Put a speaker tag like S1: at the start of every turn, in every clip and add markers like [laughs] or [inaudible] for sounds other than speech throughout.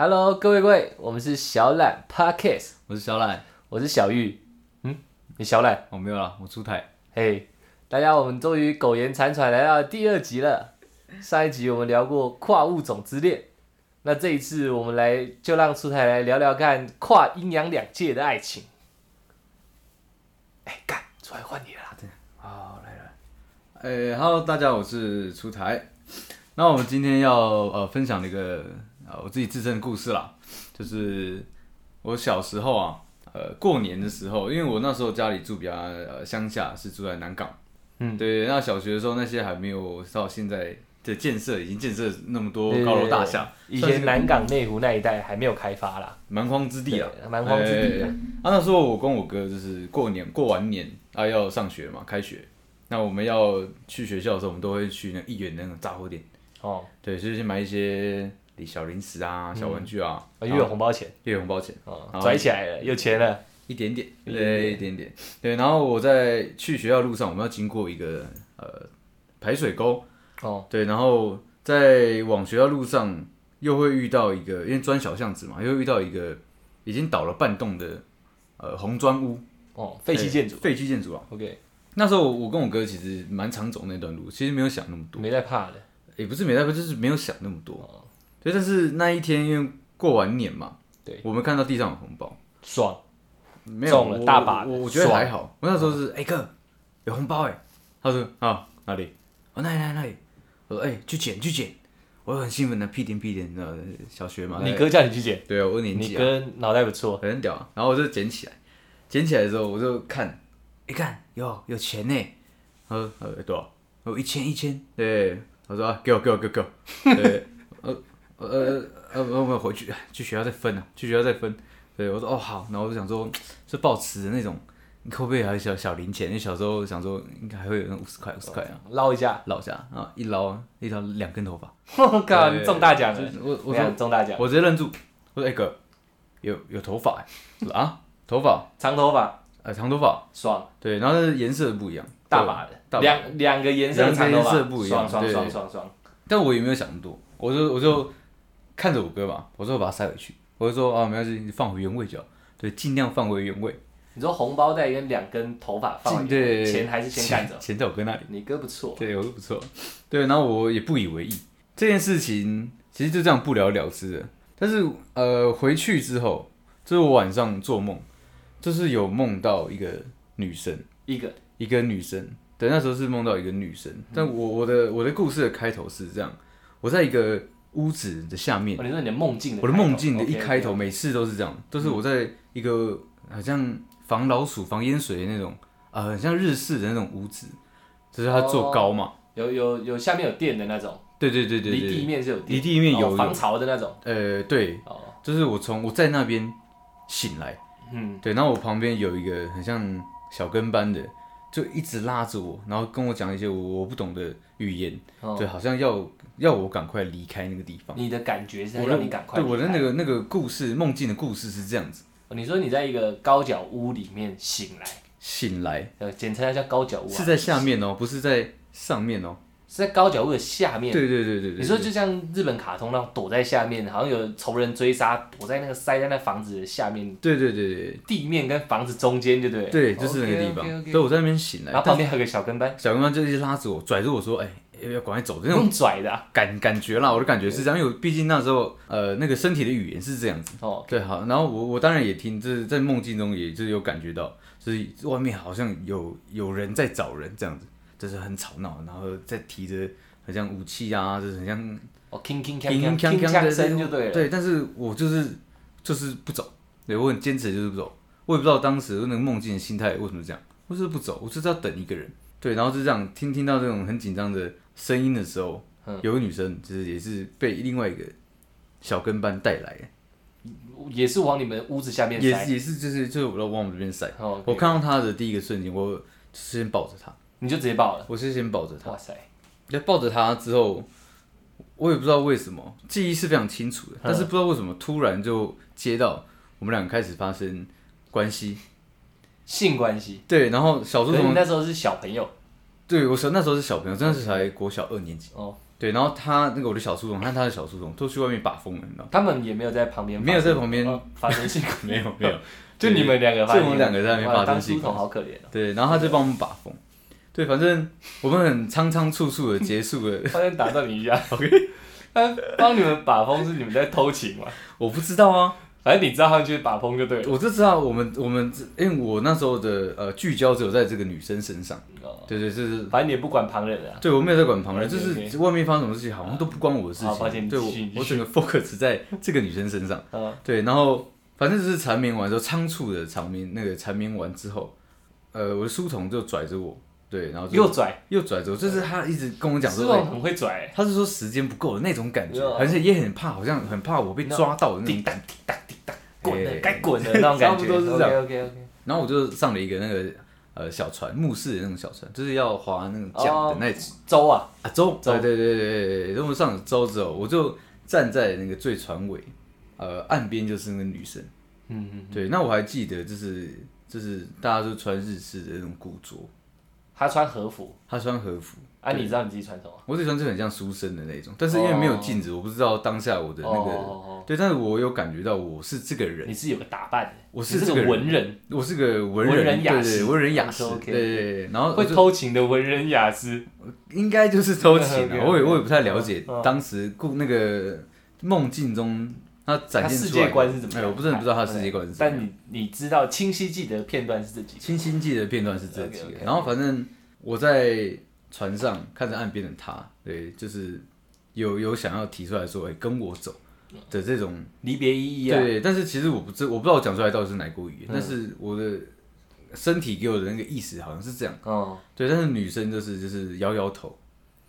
S1: Hello，各位各位，我们是小懒 Podcast，
S2: 我是小懒，
S1: 我是小玉。嗯，你小懒，
S2: 我、没有了，我出台。
S1: 嘿、大家，我们终于苟延残喘来到第二集了。上一集我们聊过跨物种之恋，那这一次我们来就让出台来聊聊看跨阴阳两界的爱情。哎、干，出来换你了啦。好，来来，
S2: 呃、哈 h e l l o 大家，我是出台。那我们今天要呃分享的一个呃我自己自身的故事啦，就是我小时候啊，呃过年的时候，因为我那时候家里住比较呃乡下，是住在南港。
S1: 嗯
S2: 对，那小学的时候那些还没有到现在的建设，已经建设那么多高楼大厦，
S1: 以
S2: 算是
S1: 前南港内湖那一带还没有开发啦，
S2: 蛮荒之地啊。
S1: 对蛮荒之地的。
S2: 哎啊，那时候我跟我哥就是过年过完年啊要上学嘛，开学，那我们要去学校的时候，我们都会去那一元的那种杂货店，
S1: 哦，
S2: 对，就是去买一些小零食
S1: 嗯
S2: 啊、小玩具啊，
S1: 又有红包钱，
S2: 又有红包钱，
S1: 哦，
S2: 好
S1: 拽起来了，有钱了。
S2: 一点点，
S1: 一点
S2: 对，一点点，对。然后我在去学校路上，我们要经过一个呃排水沟，
S1: 哦，
S2: 对，然后在往学校路上又会遇到一个，因为钻小巷子嘛，又会遇到一个已经倒了半栋的呃红砖屋，
S1: 哦，废弃建筑。
S2: 对，废弃建筑啊。
S1: OK，
S2: 那时候我跟我哥其实蛮常走那段路，其实没有想那么多，
S1: 没在怕的。
S2: 也不是没在怕，就是没有想那么多。
S1: 哦
S2: 对，但是那一天因为过完年嘛，
S1: 对，
S2: 我们看到地上有红包，
S1: 爽，
S2: 没有
S1: 中了
S2: 我
S1: 大把
S2: 我我觉得
S1: 爽
S2: 还好。我那时候是哎、哥，有红包哎、他说啊哪里？哦那里那里那里，我说哎、去捡去捡，我很兴奋的屁颠屁颠的小学嘛，
S1: 你
S2: 大概
S1: 哥叫你去捡，
S2: 对啊，我二哎年
S1: 你
S2: 级啊，
S1: 哥脑袋不错，
S2: 很屌、啊。然后我就捡起来，捡起来的时候我就看，一、看有有钱呢、他说呃多少？我一千一千。对，我说、啊、给我给我给我给我。对，呃呃呃呃，我们回去去学校再分啊，去学校再分。对，我说哦好，然后我就想说，就抱持着那种，你会不会还有小小零钱？因为小时候想说应该还会有那五十块五十块啊，
S1: 捞一下， [laughs]
S2: 捞一下啊，一捞啊一捞两根头发。
S1: 我靠，
S2: 对
S1: 你中大奖了！
S2: 我我
S1: 我
S2: 说
S1: 看中大奖，
S2: 我直接愣住，我说哎、哥，有有头发、欸，我说啊头发。
S1: 长头发，
S2: 呃，长头发，
S1: 爽，
S2: 对，然后是颜色不一样，
S1: 大把
S2: 大
S1: 的，
S2: 把
S1: 两两个颜色的长头
S2: 两个
S1: 发
S2: 颜色不一样
S1: 爽爽
S2: 对
S1: 爽爽爽，
S2: 但我也没有想那么多，我就我就看着我哥嘛，我说我把它塞回去，我就说啊，没关系，你放回原位就好，对，尽量放回原位，
S1: 你说红包袋跟两根头发放
S2: 尽
S1: 一边，
S2: 对，
S1: 钱还是先干
S2: 钱
S1: 走。
S2: 钱在我哥那里，
S1: 你哥不错，
S2: 对，我说不错，对，然后我也不以为意，这件事情其实就这样不了了之了，但是呃，回去之后，就是我晚上做梦，就是有梦到一个女生。
S1: 一个
S2: 一个女生，对，那时候是梦到一个女生，
S1: 嗯
S2: 但我我的我的故事的开头是这样，我在一个屋子的下面，
S1: 哦你说你的梦境的开头，
S2: 我的梦境的一
S1: OK，OK 嗯
S2: 开头，每次都是这样，都是我在一个好像防老鼠、防淹水的那种，呃，很像日式的那种屋子，就是
S1: 哦
S2: 它做高嘛，
S1: 有有有下面有电的那种，
S2: 对对对对
S1: 离地
S2: 对，
S1: 面是有电，
S2: 离地面有
S1: 哦防潮的那种，
S2: 呃，对，
S1: 哦，
S2: 就是我从我在那边醒来，
S1: 嗯，
S2: 对，然后我旁边有一个很像小跟班的，就一直拉着我，然后跟我讲一些我我不懂的语言。
S1: 哦
S2: 对，好像要要我赶快离开那个地方。
S1: 你的感觉是
S2: 我
S1: 让你赶快
S2: 对我
S1: 离
S2: 的
S1: 开
S2: 那个那个故事，梦境的故事是这样子：
S1: 哦你说你在一个高脚屋里面醒来，
S2: 醒来
S1: 呃，简称它叫高脚屋、啊，
S2: 是在下面哦，不是在上面哦。
S1: 是在高脚屋的下
S2: 对
S1: 面。
S2: 对对对对，
S1: 你说就像日本卡通那种躲在下面，好像有仇人追杀，躲在那个塞在那房子的下面，
S2: 对对对对
S1: 地面跟房子中间，对不对？
S2: 对，就是那个地
S1: OK，OK，OK
S2: 方。对，我在那边醒来
S1: 然后，旁边还有个小跟班，
S2: 但小跟班就一直拉着我，拽着我说：“哎，要要赶快走。”
S1: 不
S2: 那种
S1: 用拽的啊、
S2: 感感觉啦，我的感觉是这样，因为我毕竟那时候呃，那个身体的语言是这样子。
S1: 哦，
S2: 对，好，然后我我当然也听，就是在梦境中也就是有感觉到，就是外面好像有有人在找人这样子，就是很吵闹，然后在提着很像武器啊，就是很像
S1: 哦，king king
S2: 叮叮
S1: king king
S2: 锵锵的
S1: 声就对了。
S2: 对，但是我就是就是不走，对我很坚持就是不走，我也不知道当时那个梦境的心态为什么这样，我就是不走，我就是要等一个人。对，然后就这样听听到这种很紧张的声音的时候，
S1: 嗯
S2: 有个女生就是也是被另外一个小跟班带来的。
S1: 也是往你们屋子下面
S2: 也
S1: 塞。
S2: 是也是就是就是我往我们这边塞。
S1: 哦，
S2: 我看到他的第一个瞬间，我是先抱着他，
S1: 你就直接爆了。
S2: 我是先抱着他。
S1: 哇塞，
S2: 在抱着他之后，我也不知道为什么，记忆是非常清楚的，但是不知道为什么突然就接到我们俩开始发生关系。
S1: 性关系。
S2: 对，然后小
S1: 可
S2: 猪
S1: 是你
S2: 童，
S1: 那时候是小朋友
S2: 对我小那时候是小朋友，真的是才国小二年级。
S1: 哦，
S2: 对，然后他那个我的小树童和他的小树童都去外面把风了，你知道吗？
S1: 他们也没有在旁边发生，
S2: 嗯没有在旁边
S1: 哦发生辛苦，
S2: 没有没有，
S1: 就你们两个发生，
S2: [laughs] 就我们两个在那边
S1: 哇
S2: 发生
S1: 当
S2: 辛
S1: 书
S2: 苦
S1: 童好可怜哦，
S2: 对，然后他就帮我们把风。对，反正我们很仓仓促促的结束了，
S1: 发现打断你一下，OK，他帮你们把风是你们在偷情嘛？
S2: 我不知道啊，
S1: 反正你知道他们去把风就对了。
S2: 我就知道我们我们因为我那时候的呃聚焦只有在这个女生身上，
S1: 哦
S2: 对对，这是
S1: 反正你也不管旁人啊，
S2: 对我没有在管旁人，就
S1: OK，OK
S2: 是外面发生什么事情好像都不关我的事
S1: 好抱歉
S2: 情，
S1: 你
S2: 对
S1: 继续你继
S2: 我我
S1: 续
S2: 整个 focus 在这个女生身上，
S1: 嗯，
S2: 对，然后反正就是缠绵完之后，仓促的缠绵那个缠绵完之后，呃，我的书童就拽着我，对，然后就
S1: 又哦拽，
S2: 又拽着我，就是他一直跟我哦讲
S1: 师
S2: 说，
S1: 傅
S2: 哎
S1: 很会拽，
S2: 他是说时间不够的那种感觉
S1: 对啊，
S2: 而且也很怕，好像很怕我被抓到的那种
S1: 叮
S2: 感
S1: 当
S2: 觉。
S1: 叮当叮当，滚
S2: 哎
S1: 的该滚的那种感觉，
S2: 差不多是这样
S1: OK OK
S2: 然后我就上了一个那个呃小船，木式的那种小船，就是要划那种
S1: 哦
S2: 桨的那种。
S1: OK，周啊，
S2: 啊周，
S1: 舟
S2: 对对对对对对，然后上了舟之后，我就站在那个最船尾，呃，岸边就是那个女生，
S1: 嗯嗯，
S2: 对，那我还记得就是就是大家都穿日式的那种古着，
S1: 他穿和服，
S2: 她穿和服，
S1: 啊，你知道你自己穿什么？
S2: 我只穿就很像书生的那种，但是因为没有镜子，我不知道当下我的那个，
S1: 哦，
S2: 对，但是我有感觉到我是这个人，
S1: 你是有个打扮的，
S2: 我
S1: 你
S2: 是
S1: 是
S2: 这
S1: 个
S2: 个
S1: 文人，
S2: 我是个文人，
S1: 文人雅
S2: 对
S1: 士
S2: 对，文人雅士，对
S1: OK，OK，OK
S2: 对对，然后我
S1: 会
S2: 就
S1: 偷情的文人雅士，
S2: 应该就是偷
S1: [laughs]
S2: 情
S1: OK，OK
S2: 啊，我也我也不太了解
S1: 嗯
S2: 当时故那个梦境中他展
S1: 他
S2: 现
S1: 世
S2: 出来
S1: 界
S2: 的
S1: 观是怎么样？
S2: 哎，我不是很不知道他的世界观是怎
S1: 但
S2: 么样。
S1: 你你知道清晰记得片段是这几个，
S2: 清新记的片段是这几个
S1: OK，OK，
S2: 然后反正我在船上看着岸边的他，对，就是有有想要提出来说，哎，跟我走的这种，
S1: 离别依依啊，
S2: 对，但是其实我不知我不知道我讲出来到底是哪国
S1: 嗯
S2: 语言，但是我的身体给我的那个意识好像是这样，
S1: 嗯，
S2: 对，但是女生就是就是摇摇头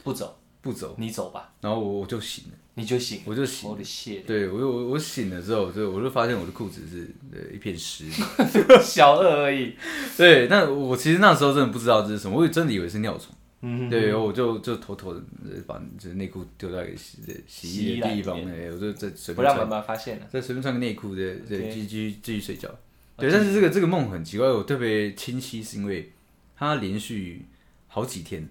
S1: 不走，
S2: 不走，
S1: 你走吧，
S2: 然后我我就醒了，
S1: 你就醒，
S2: 我就醒了。
S1: 我的谢，
S2: 对我我我醒了之后，就我就发现我的裤子是呃一片湿。 [laughs]
S1: 小二而已，
S2: 对，那我其实那时候真的不知道这是什么，我也真的以为是尿床。
S1: 嗯，
S2: 对，然后我就就偷偷的把就是内裤丢到洗洗
S1: 洗衣
S2: 衣的
S1: 篮
S2: 地
S1: 里
S2: 方，哎，我就再随
S1: 不
S2: 便
S1: 让
S2: 穿
S1: 妈，妈发现了，
S2: 再随便穿个内裤，对
S1: OK
S2: 对，继续继续睡觉。对，但是这个这个梦很奇怪，我特别清晰，是因为它连续好几天，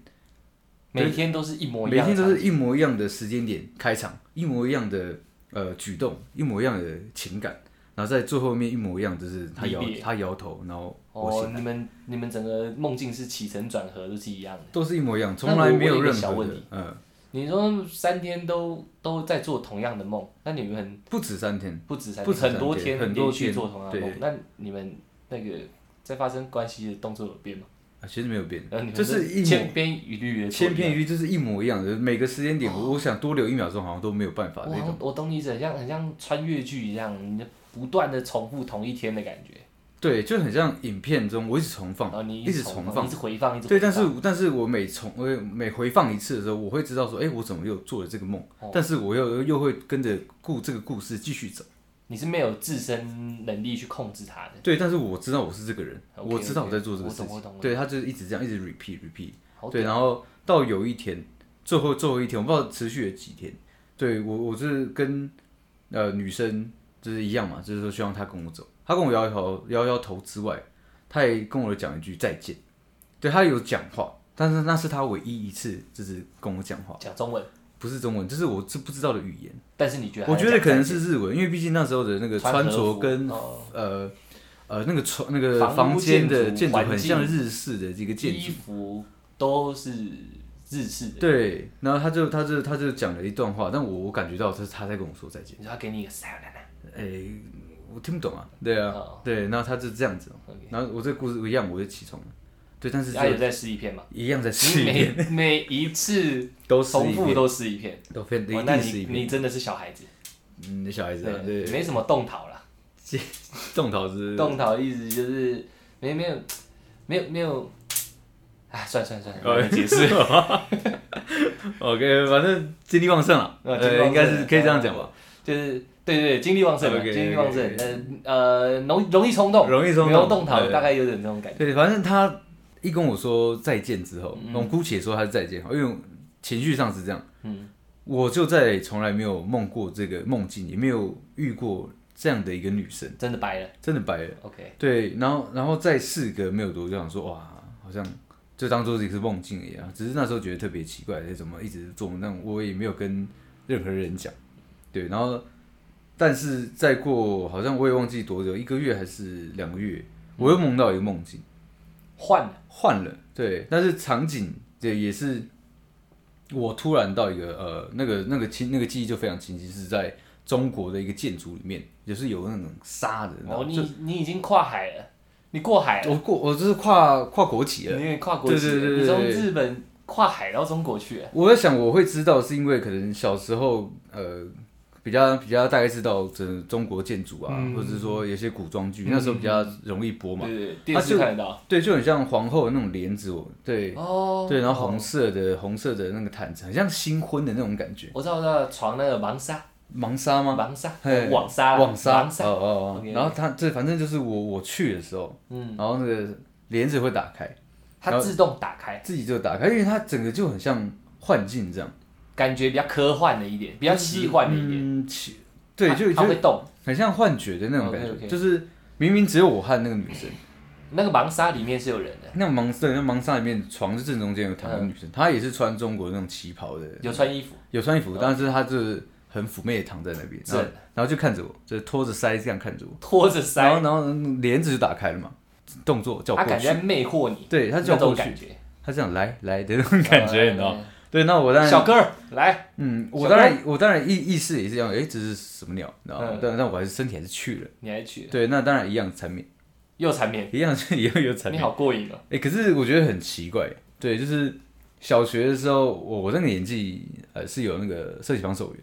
S1: 每天都是一模一
S2: 每
S1: 样，
S2: 天都是一模一样的时间点开场，一模一样的呃举动，一模一样的情感，然后在最后面一模一样，就是他摇
S1: 离别
S2: 他摇头，然后我醒，
S1: 哦，你们你们整个梦境是起承转合都是一样的。
S2: 都是一模一样，从
S1: 那我
S2: 来没
S1: 我有
S2: 有
S1: 一个
S2: 任
S1: 小
S2: 何
S1: 问
S2: 的
S1: 题，
S2: 嗯，
S1: 你说三天都都在做同样的梦，那你们
S2: 呃不止三天，
S1: 不止三
S2: 不
S1: 天，
S2: 止
S1: 很多
S2: 三天很多
S1: 连续
S2: 天
S1: 做同样的梦
S2: 对。
S1: 那你们那个在发生关系的动作有变吗？呃
S2: 啊其实没有变
S1: 然后你，们
S2: 就是一模
S1: 千篇一哦律的
S2: 千篇一律，就是一模一样的，每个时间点，我我想多留一秒钟，好像都没有办法
S1: 我
S2: 那
S1: 好
S2: 种。
S1: 像我懂你意思，很像很像穿越剧一样，你不断的重复同一天的感觉，
S2: 对，就很像影片中我一直重
S1: 然
S2: 放，
S1: 后哦你
S2: 一直
S1: 重
S2: 重
S1: 放，一直回放，一直
S2: 对，
S1: 回
S2: 但
S1: 放
S2: 是但是我每重我每回放一次的时候，我会知道说，哎、我怎么又做了这个梦？
S1: 哦
S2: 但是我又又会跟着故这个故事继续走。
S1: 你是没有自身能力去控制它的。
S2: 对，但是我知道我是这个人
S1: OK，OK，
S2: 我知道我在做这个事
S1: 我懂我懂
S2: 情。对，他就是一直这样，一直 repeat repeat。
S1: 好
S2: 对，然后到有一天，最后最后一天，我不知道持续了几天。对我，我是跟呃女生就是一样嘛，就是说希望她跟我走。她跟我摇摇头，摇摇头之外，她也跟我讲一句再见。对，她有讲话，但是那是她唯一一次就是跟我讲话，
S1: 讲中文，
S2: 不是中文，这是我知不知道的语言。
S1: 但是你觉得还
S2: 我
S1: 要
S2: 觉得
S1: 讲
S2: 可能
S1: 再见
S2: 是日文，因为毕竟那时候的那个
S1: 穿
S2: 穿
S1: 和
S2: 着
S1: 服
S2: 跟
S1: 哦
S2: 呃呃那个床那个
S1: 房屋
S2: 房
S1: 建
S2: 间的
S1: 筑
S2: 建筑
S1: 环
S2: 很
S1: 境
S2: 像日式的这个建
S1: 衣
S2: 筑。
S1: 服都是日式的，
S2: 对，然后他就他就他就讲了一段话，但我我感觉到他他在跟我说再见，
S1: 你说他给你一个 s a y o n a
S2: 哎、我听不懂啊，对啊，
S1: 哦
S2: 对，然后他就这样子，哦
S1: OK
S2: 然后我这个故事一样，我就起床了，对，但是
S1: 他有
S2: 就
S1: 再试一片吗？
S2: 一样在试
S1: 你
S2: 一遍，
S1: 每 [laughs] 每一次
S2: 都试
S1: 重
S2: 一
S1: 复哦
S2: 遍，
S1: 都试一遍，
S2: 都非
S1: 哇
S2: 一
S1: 那
S2: 定试
S1: 你
S2: 一
S1: 你
S2: 遍，
S1: 真的是小孩子，
S2: 嗯，你小孩子啊，对，
S1: 没什么动桃啦，
S2: 动桃
S1: [laughs]
S2: 子，
S1: 动桃的意思就是没没有没有没有，哎，算了算了算了，
S2: 呃，解释 [laughs] ，OK，反正精力旺盛了，
S1: 呃精力旺盛哦
S2: 呃，应该是可以这样讲吧，
S1: 就是对对对，精力旺盛嘛，
S2: OK，OK，OK
S1: 精力旺盛，呃呃，容容易冲动，
S2: 容易冲动
S1: 容易动桃，
S2: 对
S1: 大概有点这种感觉。
S2: 对，反正他一跟我说再见之后，我姑且说他是再见好，因为我情绪上是这样。
S1: 嗯，
S2: 我就再也从来没有梦过这个梦境，也没有遇过这样的一个女生，
S1: 真的掰了
S2: 真的白了。
S1: ，OK，
S2: 对，然后然后再试隔没有多久，想说哇，好像就当做自己是梦境一样。只是那时候觉得特别奇怪，哎怎么一直做梦？但我也没有跟任何人讲。对，然后但是再过好像我也忘记多久，一个月还是两个月，我又梦到一个梦境，
S1: 换了，
S2: 换了。对，但是场景对也是我突然到一个呃那个那个清那个记忆就非常清晰，是在中国的一个建筑里面，也是有那种沙的。然后
S1: 哦，
S2: 就
S1: 你你已经跨海了，你过海了，
S2: 我过我就是跨跨国
S1: 你
S2: 企了。
S1: 也跨国
S2: 对
S1: 籍
S2: 对对
S1: 了，
S2: 对
S1: 你从
S2: 对
S1: 日本跨海到中国去了，
S2: 我在想，我会知道是因为可能小时候呃比较比较大概知道这中国建筑啊，
S1: 嗯
S2: 或者是说有些古装剧，那时候比较容易播嘛。啊
S1: 对对对，电视
S2: 就
S1: 看得到。
S2: 对，就很像皇后的那种帘子，我对、
S1: 哦，
S2: 对，然后
S1: 哦
S2: 红色的红色的那个毯子，很像新婚的那种感觉，
S1: 我知道，我知道床那个盲纱，
S2: 盲纱吗？
S1: 盲纱，
S2: 嘿
S1: 哎网纱啦，
S2: 网纱，
S1: 盲
S2: 哦哦哦。
S1: OK，OK
S2: 然后它这反正就是我我去的时候，
S1: 嗯，
S2: 然后那个帘子会打开，
S1: 它自动打开，
S2: 自己就打开，因为它整个就很像幻境这样，
S1: 感觉比较科幻的一点，比较奇幻的一点，
S2: 嗯，奇对，
S1: 它
S2: 就
S1: 它
S2: 就
S1: 会动。
S2: 很像幻觉的那种感觉
S1: OK，OK
S2: 就是明明只有我和那个女生，
S1: 那个盲纱里面是有人的，
S2: 那个盲对，那盲纱里面床是正中间有躺个女
S1: 哎
S2: 生，她也是穿中国那种旗袍的，
S1: 有穿衣服，
S2: 有穿衣服，但是她就是很妩媚的躺在那边，
S1: 哦是
S2: 然后然后就看着我，就是拖着腮这样看着我，
S1: 拖着
S2: 然后
S1: 腮，
S2: 然后帘子就打开了嘛，动作叫我
S1: 他
S2: 过
S1: 感觉
S2: 去，
S1: 在魅惑你，
S2: 对，她
S1: 那
S2: 叫我
S1: 种
S2: 过去
S1: 感，觉，哦哎
S2: 她这样来来的那种感觉，你知道吗？对，那我当然
S1: 小哥儿来，
S2: 嗯，我
S1: 小
S2: 当然我当然意意识也是这样，诶，这是什么鸟？然后
S1: 嗯
S2: 但但我还是身体还是去了，
S1: 你还去，
S2: 对，那当然一样缠绵，
S1: 又缠绵，
S2: 一样是一样有缠
S1: 你
S2: 绵。
S1: 好过瘾哦，
S2: 哎、可是我觉得很奇怪，对，就是小学的时候，我我那个年纪，呃，是有那个射击防守员，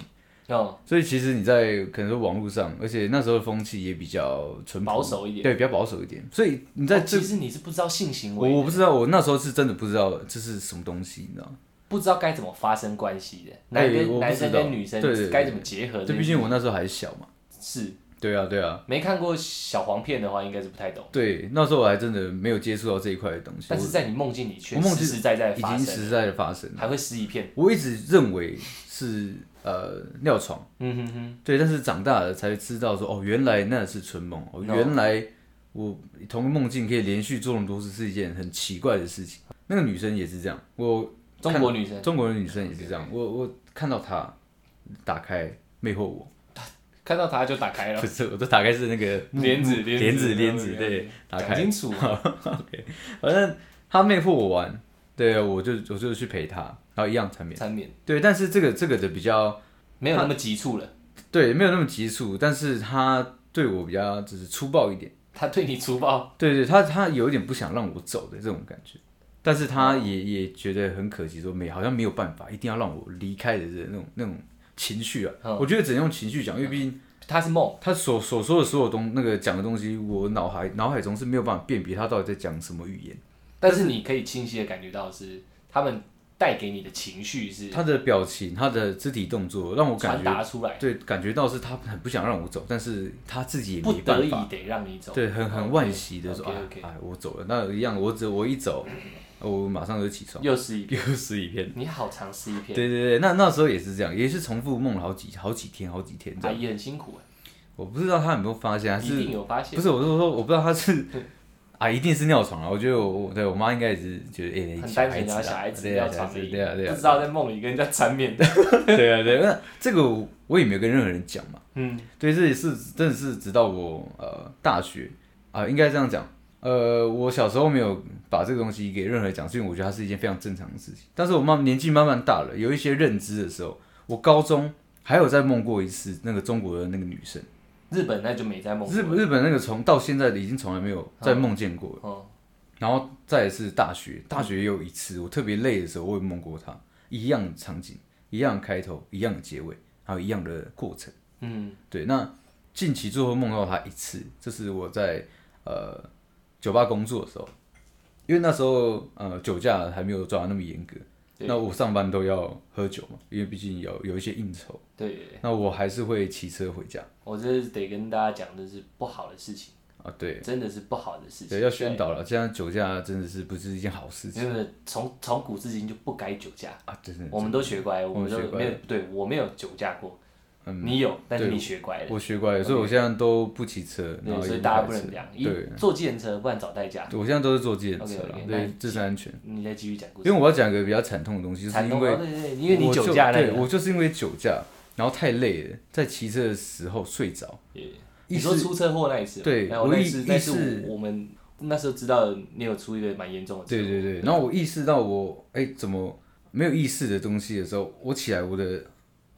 S1: 哦，
S2: 所以其实你在可能说网络上，而且那时候的风气也比较淳朴
S1: 保，守一点。
S2: 对，比较保守一点，所以你在
S1: 哦
S2: 这，
S1: 其实你是不知道性行
S2: 我
S1: 为，
S2: 我不知道，我那时候是真的不知道这是什么东西，你知道吗？
S1: 不知道该怎么发生关系的，男
S2: 哎我
S1: 跟
S2: 不
S1: 男生
S2: 知道
S1: 跟女生
S2: 对对对
S1: 该怎么结合这
S2: 这
S1: 件事，
S2: 毕竟我那时候还小嘛，
S1: 是
S2: 对啊，对啊，
S1: 没看过小黄片的话，应该是不太懂。
S2: 对，那时候我还真的没有接触到这一块的东西，
S1: 但是
S2: 我
S1: 在你梦境里却
S2: 我梦
S1: 实
S2: 境
S1: 实在在地
S2: 已
S1: 发
S2: 经
S1: 生，
S2: 实在的发生了，
S1: 还会撕一片。
S2: 我一直认为是呃尿床。
S1: 嗯哼哼，
S2: 对，但是长大了才知道说，哦，原来那是春梦，哦，
S1: No
S2: 原来我同个梦境可以连续做那么多次，是一件很奇怪的事情。那个女生也是这样，我
S1: 中国女生
S2: 中国的女生也是这样，我我看到她打开魅惑我，
S1: 看到他就打开了
S2: 不是，我都打开是那个嗯
S1: 帘子，
S2: 帘子
S1: 子，
S2: 帘子，对，打
S1: 讲
S2: 开，
S1: 清楚。啊
S2: [laughs] 反正她魅惑我玩，对，我就我就去陪她，然后一样缠绵，
S1: 缠绵
S2: 对，但是这个这个的比较。
S1: 没有那么急促了，
S2: 对，没有那么急促，但是他对我比较就是粗暴一点。
S1: 他对你粗暴，
S2: 对对，他他有一点不想让我走的这种感觉，但是他也
S1: 哦
S2: 也觉得很可惜，说没好像没有办法，一定要让我离开的这那种那种情绪啊。
S1: 嗯
S2: 我觉得只能用情绪讲，因为毕竟
S1: 他是梦，
S2: 哦他所所说的所有东那个讲的东西，我脑海脑海中是没有办法辨别他到底在讲什么语言。
S1: 但是你可以清晰的感觉到是他们带给你的情绪是
S2: 他的表情，他的肢体动作，让我感
S1: 传
S2: 觉
S1: 达出来，
S2: 对感觉到是他很不想让我走，但是他自己也
S1: 不
S2: 没
S1: 得
S2: 办
S1: 已
S2: 法。
S1: 得让你走。
S2: 对，很很
S1: OK，
S2: 惋惜的说，哎
S1: OK，OK
S2: 哎，我走了。那一样，我只我一走，我马上就起床，
S1: 又是一片，
S2: 又是一片。
S1: 你好长撕一
S2: 对
S1: 片，
S2: 对对，那那时候也是这样，也是重复梦了好几好几天，好几天这
S1: 阿
S2: 样。
S1: 姨很辛苦，
S2: 我不知道他有没有发现，还
S1: 一
S2: 是
S1: 定有发现
S2: 不。是？我是说，我不知道他是啊，一定是尿床了。我觉得我我对我妈应该也是觉得，哎，
S1: 很
S2: 小
S1: 单
S2: 孩
S1: 纯，然
S2: 子啊
S1: 后小孩子
S2: 对
S1: 要
S2: 啊
S1: 长
S2: 对
S1: 命，
S2: 啊对啊对啊，
S1: 不 [laughs] 知道在梦里跟人家缠绵的，
S2: 对啊对啊。那这个我我也没有跟任何人讲嘛。
S1: 嗯，
S2: 对，这也是真的是直到我呃大学啊、应该这样讲。呃，我小时候没有把这个东西给任何人讲，是因为我觉得它是一件非常正常的事情。但是我慢年纪慢慢大了，有一些认知的时候，我高中还有在梦过一次那个中国的那个女生，
S1: 日本那就没在梦
S2: 日
S1: 过，
S2: 本日本那个从到现在的已经从来没有再梦见过了。
S1: 啊哦，
S2: 然后再来是大学，大学也有一次我特别累的时候，我也梦过她，一样的场景，一样的开头，一样的结尾，还有一样的过程。
S1: 嗯，
S2: 对，那近期最后梦到他一次，这是我在呃酒吧工作的时候，因为那时候呃酒驾还没有抓得那么严格，
S1: 对
S2: 那我上班都要喝酒嘛，因为毕竟有有一些应酬，
S1: 对，
S2: 那我还是会骑车回家
S1: 我这是得跟大家讲，这是不好的事情，
S2: 啊，对，
S1: 真的是不好的事情，
S2: 对，要宣导了，这样酒驾真的是不是一件好事
S1: 对，
S2: 情
S1: 因为从从古至今就不该酒驾，
S2: 啊，真的，
S1: 我们都学乖，我
S2: 我
S1: 们
S2: 们
S1: 都
S2: 学乖嗯
S1: 没有，对我没有酒驾过，你有，但是
S2: 对
S1: 你学乖了，
S2: 我学乖了，所以我现在都不骑车，然
S1: 对，
S2: 后
S1: 所
S2: 也
S1: 以大家
S2: 开
S1: 不能
S2: 车
S1: 这样，一
S2: 对，
S1: 坐计程车，不然找代驾。
S2: 我现在都是坐自行车
S1: OK，OK，
S2: 了，
S1: 那
S2: 对，自身安全。
S1: 你再继续讲故
S2: 因为
S1: 事，
S2: 我要讲一个比较惨痛的东西，就是
S1: 惨
S2: 因
S1: 痛
S2: 为
S1: 哦对对对，因为你
S2: 我
S1: 酒
S2: 就
S1: 驾那
S2: 对
S1: 个，
S2: 我就是因为酒驾，然后太累了，在骑车的时候睡着，
S1: 也
S2: 意
S1: 你说
S2: 识
S1: 出车祸那一次嘛，
S2: 对
S1: 然后
S2: 我
S1: 那
S2: 意
S1: 次
S2: 意
S1: 那次
S2: 识
S1: 我我们那时候知道你有出一个蛮严重的车
S2: 对
S1: 祸，
S2: 对对，然后我意识到我哎、怎么没有意识的东西的时候，我起来我的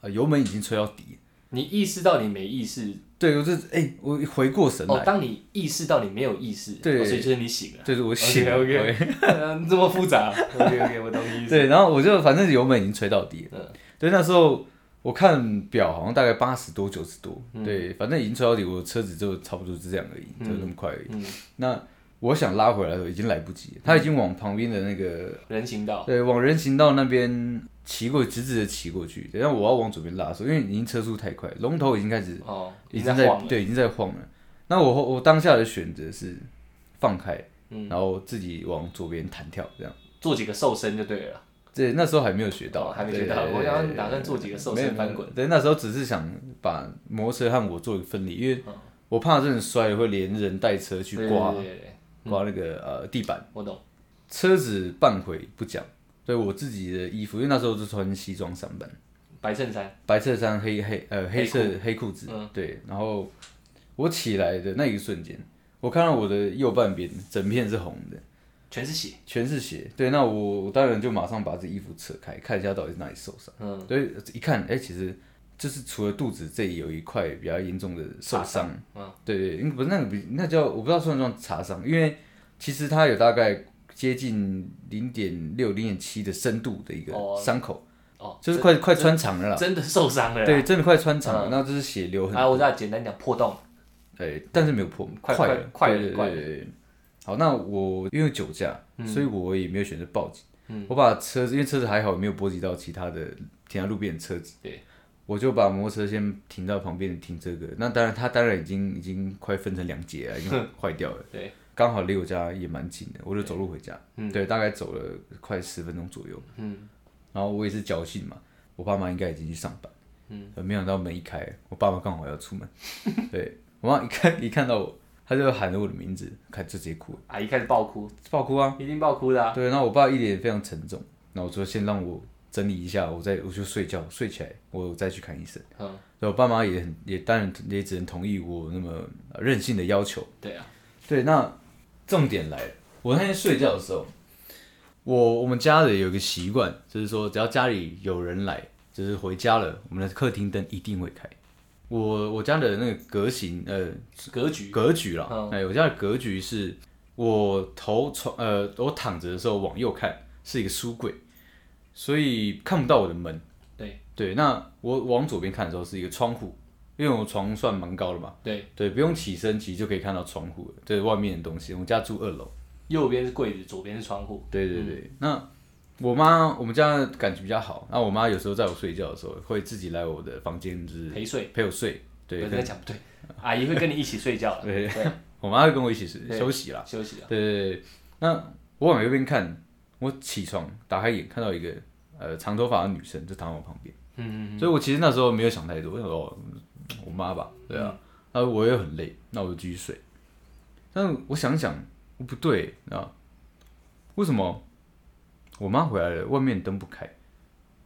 S2: 呃油门已经吹到底，
S1: 你意识到你没意识
S2: 对我这哎、我回过神来，
S1: 哦，当你意识到你没有意识，
S2: 对
S1: 哦所以就是你醒了。
S2: 对对我醒了
S1: OK，OK 呃 [laughs] 这么复杂，OK OK，我懂你意思。嗯
S2: 对，然后我就反正油门已经吹到底了。对，那时候我看表好像大概八十多、九十多，对，反正已经吹到底，我的车子就差不多是这样而已，就那么快而已。
S1: 嗯嗯
S2: 那我想拉回来的时候已经来不及了，他已经往旁边的那个
S1: 人行道，
S2: 对往人行道那边骑过，直直的骑过去。等一下我要往左边拉的时候，因为已经车速太快，龙头已经开始
S1: 哦，
S2: 已
S1: 已
S2: 经
S1: 经
S2: 在
S1: 在晃了，
S2: 对，已经在晃了。那我后我当下的选择是放开，
S1: 嗯
S2: 然后自己往左边弹跳这样。
S1: 做几个瘦身就对了。
S2: 对，那时候还没有学
S1: 哦
S2: 到，
S1: 还没
S2: 对
S1: 学到
S2: 对
S1: 我
S2: 对
S1: 想要
S2: 对
S1: 打算做几个瘦身
S2: 没有
S1: 翻滚。
S2: 对，那时候只是想把摩托车和我做一个分离，因为我怕真的摔了会连人带车去
S1: 嗯对
S2: 刮
S1: 对对对对
S2: 刮那个呃地板。
S1: 我懂。
S2: 车子半毁不讲，对我自己的衣服，因为那时候就穿西装上班，
S1: 白衬衫，
S2: 白衬衫、黑黑呃黑色黑裤子
S1: 嗯，
S2: 对。然后我起来的那一瞬间，我看到我的右半边整片是红的。
S1: 全是血。
S2: 全是血，对，那我我当然就马上把这衣服扯开，看一下到底是哪里受伤。
S1: 嗯，
S2: 对，一看，哎、其实就是除了肚子这里有一块比较严重的受伤，
S1: 嗯
S2: 对对，因为不是那个比那叫我不知道算不算擦伤，因为其实它有大概接近零点六、零点七的深度的一个
S1: 哦
S2: 伤口，
S1: 哦，
S2: 就是快快穿肠了啦，
S1: 真的受伤了啦。
S2: 对，真的快穿肠了，那就是血流很
S1: 啊，我知道，简单讲破洞。
S2: 对，哎但是没有破，
S1: 快
S2: 快
S1: 快
S2: 对对
S1: 快嗯
S2: 对对对。好，那我因为酒驾，所以我也没有选择报警。我把车子，因为车子还好，没有波及到其他的停在路边的车子。
S1: 对，
S2: 我就把摩托车先停到旁边的停车格。那当然，它当然已经已经快分成两截了，已经坏掉了。
S1: [laughs] 对，
S2: 刚好离我家也蛮近的，我就走路回家。对，大概走了快十分钟左右。
S1: 嗯，
S2: 然后我也是侥幸嘛，我爸妈应该已经去上班，嗯，没想到门一开，我爸妈刚好要出门，
S1: [laughs]
S2: 对我妈一看一看到我，她就喊着我的名字，看就直接哭，
S1: 阿姨啊开始爆哭，
S2: 爆哭啊，
S1: 一定爆哭的啊。
S2: 对，然后我爸一脸非常沉重，那我说先让我整理一下，我再我就睡觉，睡起来我再去看医生，
S1: 嗯，
S2: 对我爸妈也很也当然也只能同意我那么呃任性的要求，
S1: 对啊，
S2: 对，那重点来了，我那天睡觉的时候，我我们家里有一个习惯，就是说只要家里有人来，就是回家了，我们的客厅灯一定会开。我我家的那个格型，呃，
S1: 格局
S2: 格局啦，哎、
S1: 嗯
S2: 我家的格局是我头床，呃，我躺着的时候往右看是一个书柜，所以看不到我的门。
S1: 对
S2: 对，那我往左边看的时候是一个窗户，因为我床算蛮高的嘛，
S1: 对，
S2: 对，不用起身，其实就可以看到窗户了，对外面的东西。我们家住二楼，
S1: 右边是柜子，左边是窗户。
S2: 对对对。那我妈，我们家感情比较好，那我妈有时候在我睡觉的时候，会自己来我的房间，嗯就是
S1: 陪睡，
S2: 陪我睡。对，
S1: 我
S2: 可能
S1: 在讲不对，阿姨会跟你一起睡觉了。
S2: 对
S1: 对，
S2: [laughs] 我妈会跟我一起睡
S1: 对
S2: 休息啦。
S1: 休息了。啊
S2: 对对对。那我往右边看，我起床打开眼，看到一个呃长头发的女生就躺在我旁边。
S1: 嗯嗯
S2: 所以我其实那时候没有想太多，我想说哦，我妈吧，对啊，
S1: 嗯
S2: 那、我也很累，那我就继续睡。但我想想，不对啊，为什么我妈回来了，外面灯不开？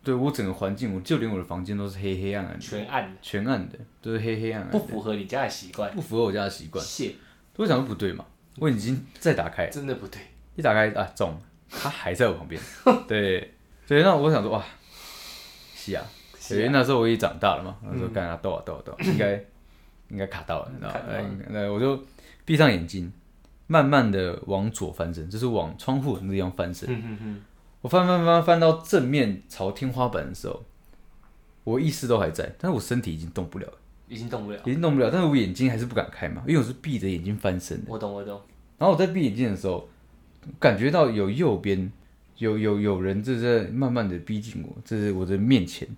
S2: 对我整个环境，我就连我的房间都是黑黑暗
S1: 嗯，
S2: 暗的，
S1: 全暗，
S2: 全暗的，都是黑黑暗暗
S1: 不
S2: 的，
S1: 符合你家的习惯。
S2: 不符合我家的啊习惯。
S1: 谢，
S2: 我想说不对嘛，我已经再打开，
S1: 真的不对。
S2: 一打开啊，中，她还在我
S1: [laughs]
S2: 旁边。对对，那我想说哇，是啊，因为
S1: 谢，
S2: 那时候我也长大了嘛，那时候干他逗啊逗啊逗啊，应
S1: [coughs]
S2: 该应该卡到了，你知道吗
S1: 嗯卡到了
S2: 哎？那我就闭上眼睛，慢慢的往左翻身，就是往窗户那地方翻身。
S1: 嗯嗯嗯，
S2: 我翻翻翻翻到正面朝天花板的时候，我意识都还在，但是我身体已经动不了了，
S1: 已经动不了。
S2: 已经动不了，但是我眼睛还是不敢开嘛，因为我是闭着眼睛翻身的。
S1: 我懂，我懂。
S2: 然后我在闭眼睛的时候，感觉到有右边有有有人就在慢慢的逼近我，就是我的面前。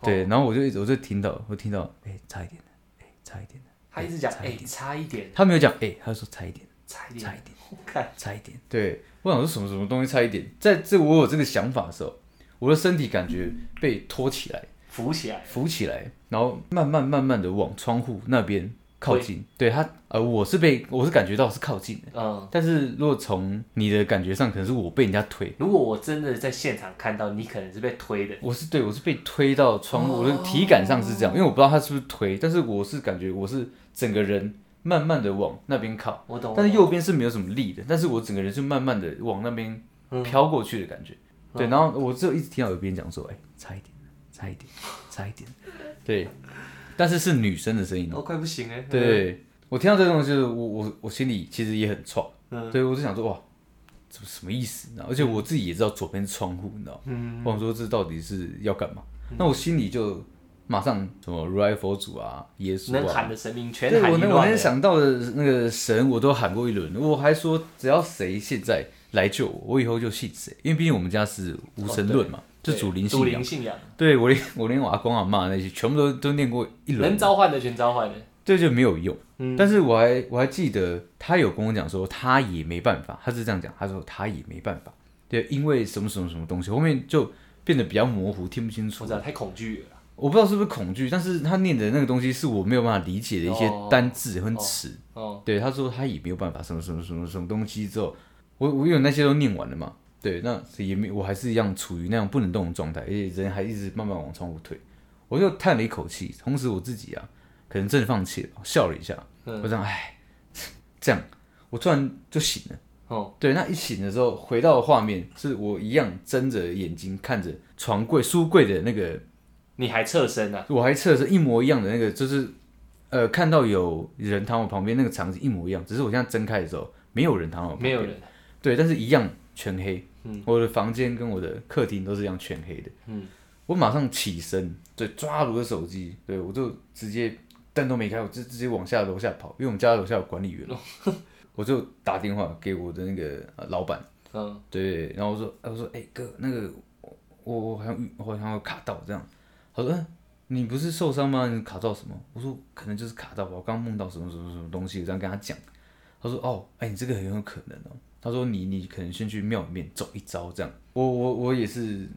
S1: 哦
S2: 对，然后我就一直我就听到，我听到，哎、差一点了，哎、差一点了。
S1: 他一直讲，哎，差一点，
S2: 他没有讲，哎、他说差一点，
S1: 差一
S2: 差
S1: 点
S2: 一，点，
S1: 看，
S2: 差一点。对，我想说什么什么东西差一点，在这我有这个想法的时候，我的身体感觉被拖起来，
S1: 浮起来，
S2: 浮起来，然后慢慢慢慢的往窗户那边靠近。对它，呃，我是被我是感觉到是靠近的，
S1: 嗯。
S2: 但是如果从你的感觉上，可能是我被人家推，
S1: 如果我真的在现场看到，你可能是被推的，哦
S2: 我是对我是被推到窗户，我的体感上是这样，因为我不知道他是不是推，但是我是感觉我是整个人慢慢的往那边靠，
S1: 我懂。
S2: 但是右边是没有什么力的，但是我整个人是慢慢的往那边
S1: 嗯
S2: 飘过去的感觉。对，然后我只有一直听到有别人讲说，哎、差一点，差一点，差一点，对，但是是女生的声音哦。
S1: 我、快不行了。，
S2: 对，我听到这个东西，我我我心里其实也很创，
S1: 嗯
S2: 对我就想说哇，这什么意思？你知道而且我自己也知道左边是窗户，你知道，
S1: 嗯
S2: 我想说这到底是要干嘛？那我心里就马上什么如来佛祖啊、耶稣
S1: 能
S2: 啊，
S1: 喊的神明全
S2: 对
S1: 喊
S2: 我
S1: 一
S2: 能我
S1: 乱
S2: 能
S1: 了。
S2: 想到的那个神我都喊过一轮，我还说只要谁现在来救我，我以后就信谁，因为毕竟我们家是无神论嘛，就
S1: 哦对
S2: 主灵
S1: 主
S2: 信
S1: 灵
S2: 仰。
S1: 信仰，
S2: 对我连我连我阿公阿妈那些全部都都念过一轮
S1: 能，召唤的全召唤的。
S2: 这就没有用。
S1: 嗯
S2: 但是我还我还记得他有跟我讲说，他也没办法，他是这样讲，他说他也没办法，对，因为什么什么什么东西，后面就变得比较模糊，听不清楚
S1: 我。知道太恐惧了。
S2: 我不知道是不是恐惧，但是他念的那个东西是我没有办法理解的一些
S1: 哦
S2: 单字和词。
S1: 哦，
S2: 对，他说他也没有办法，什么什么什么什么东西之后，我我有那些都念完了嘛，对，那也没我还是一样处于那样不能动的状态，而且人还一直慢慢往窗户退，我就叹了一口气，同时我自己啊，可能真的放弃了，笑了一下，
S1: 嗯
S2: 我这样哎，这样，我突然就醒了。
S1: 哦，
S2: 对，那一醒的时候，回到画面是我一样睁着眼睛看着床柜、书柜的那个
S1: 你还侧身啊？
S2: 我还测是一模一样的那个，就是呃，看到有人躺我旁边那个场景一模一样，只是我现在睁开的时候没有人躺我旁
S1: 没
S2: 边，
S1: 有人。
S2: 对，但是一样全黑。
S1: 嗯
S2: 我的房间跟我的客厅都是一样全黑的。
S1: 嗯，
S2: 我马上起身，对，抓了我的手机，对我就直接灯都没开，我就直接往下楼下跑，因为我们家楼下有管理员，
S1: 哦
S2: 我就打电话给我的那个呃老板。
S1: 嗯，
S2: 对，然后我说，哎我说，哎、哥，那个我我我好像遇我好像有卡到这样。他说，嗯、你不是受伤吗？你卡到什么？我说可能就是卡到吧，我刚梦到什么什么什么东西，我这样跟他讲。他说，哦，哎、你这个很有可能哦。他说你你可能先去庙里面走一遭这样。我我我也是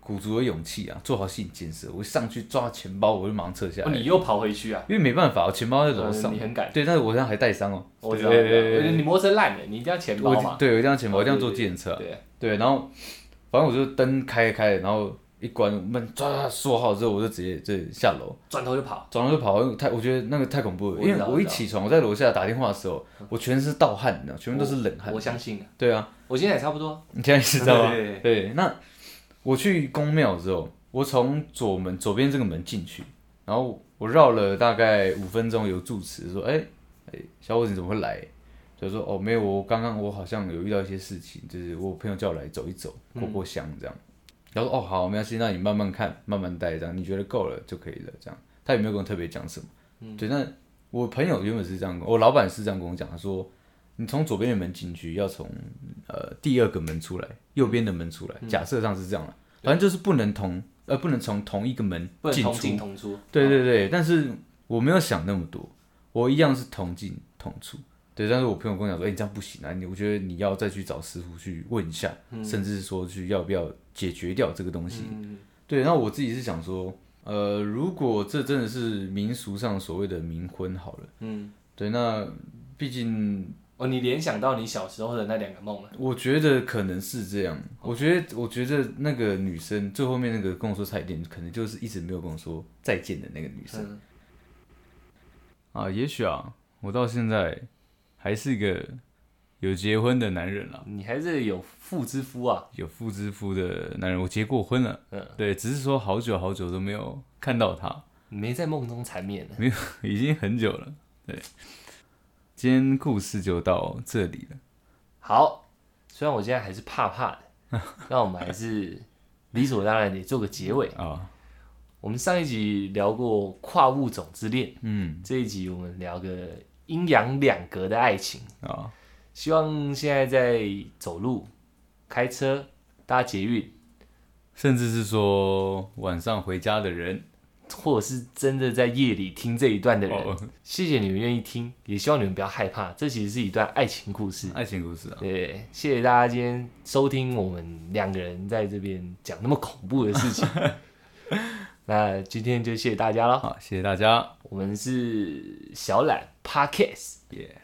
S2: 鼓足了勇气啊，做好心理建设，我上去抓钱包，我就马上撤下
S1: 哦
S2: 来。
S1: 你又跑回去啊？
S2: 因为没办法，我钱包在楼
S1: 嗯
S2: 上
S1: 你，很敢。
S2: 对，但是我现在还带伤哦。
S1: 我知
S2: 对
S1: 道，
S2: 对
S1: 我
S2: 对
S1: 知道你摩托车烂了，你一定要钱包
S2: 我
S1: 嘛。
S2: 对我一定要钱
S1: 哦
S2: 包，我一定要
S1: 对
S2: 坐
S1: 对
S2: 计程车啊。
S1: 对，
S2: 对，然后反正我就灯开开，然后一关门，唰唰唰锁好之后，我就直接就下楼，
S1: 转头就跑。
S2: 转头就跑，因为太我觉得那个太恐怖了，
S1: 我
S2: 因
S1: 知
S2: 为
S1: 道
S2: 我一起床，我在楼下打电话的时候，我全身是盗汗，你知道，全部都是冷汗
S1: 我。相信啊，
S2: 对啊，
S1: 我现在也差不多。
S2: 你现在知道吗
S1: 对对？
S2: 对，那我去公庙之后，我从左门左边这个门进去，然后我绕了大概五分钟，有住持说：“哎、哎、小伙子你怎么会来？”就说：“哦，没有，我刚刚我好像有遇到一些事情，就是我朋友叫我来走一走，过
S1: 嗯
S2: 过香这样。然后说：“哦，好，没关系，那你慢慢看，慢慢带这样，你觉得够了就可以了。”这样，他也没有跟我特别讲什么。对，那我朋友原本是这样跟我，我老板是这样跟我讲，他说：“你从左边的门进去，要从呃第二个门出来，右边的门出来。假设上是这样了，反正就是不能同呃不能从同一个门
S1: 不能
S2: 嗯进
S1: 同
S2: 出。
S1: 进同出。
S2: 对对对，但是我没有想那么多，我一样是同进同出。对，但是我朋友跟我讲说，哎、你这样不行啊，你我觉得你要再去找师傅去问一下，甚至是说去要不要解决掉这个东西。对，那我自己是想说，呃，如果这真的是民俗上所谓的冥婚好了，
S1: 嗯，
S2: 对，那毕竟
S1: 哦，你联想到你小时候的那两个梦了。
S2: 我觉得可能是这样。我觉得，我觉得那个女生最后面那个跟我说差一点，可能就是一直没有跟我说再见的那个女生、
S1: 嗯
S2: 啊。也许啊，我到现在还是一个有结婚的男人啦，
S1: 你还是有妇之夫啊。
S2: 有妇之夫的男人。我结过婚了，
S1: 嗯，
S2: 对，只是说好久好久都没有看到他，
S1: 没在梦中缠绵的。
S2: 已经很久了。对，今天故事就到这里了。
S1: 好，虽然我现在还是怕怕的，那我们还是理所当然得做个结尾。
S2: 啊，
S1: 我们上一集聊过跨物种之恋，
S2: 嗯
S1: 这一集我们聊个阴阳两隔的爱情。
S2: 啊，
S1: 希望现在在走路、开车、搭捷运，
S2: 甚至是说晚上回家的人。
S1: 或者是真的在夜里听这一段的人，
S2: 哦
S1: 谢谢你们愿意听，也希望你们不要害怕。这其实是一段爱情故事。
S2: 爱情故事啊，
S1: 对，谢谢大家今天收听我们两个人在这边讲那么恐怖的事情。那今天就谢谢大家了，
S2: 好，谢谢大家，
S1: 我们是小懒 Podcast，
S2: 耶、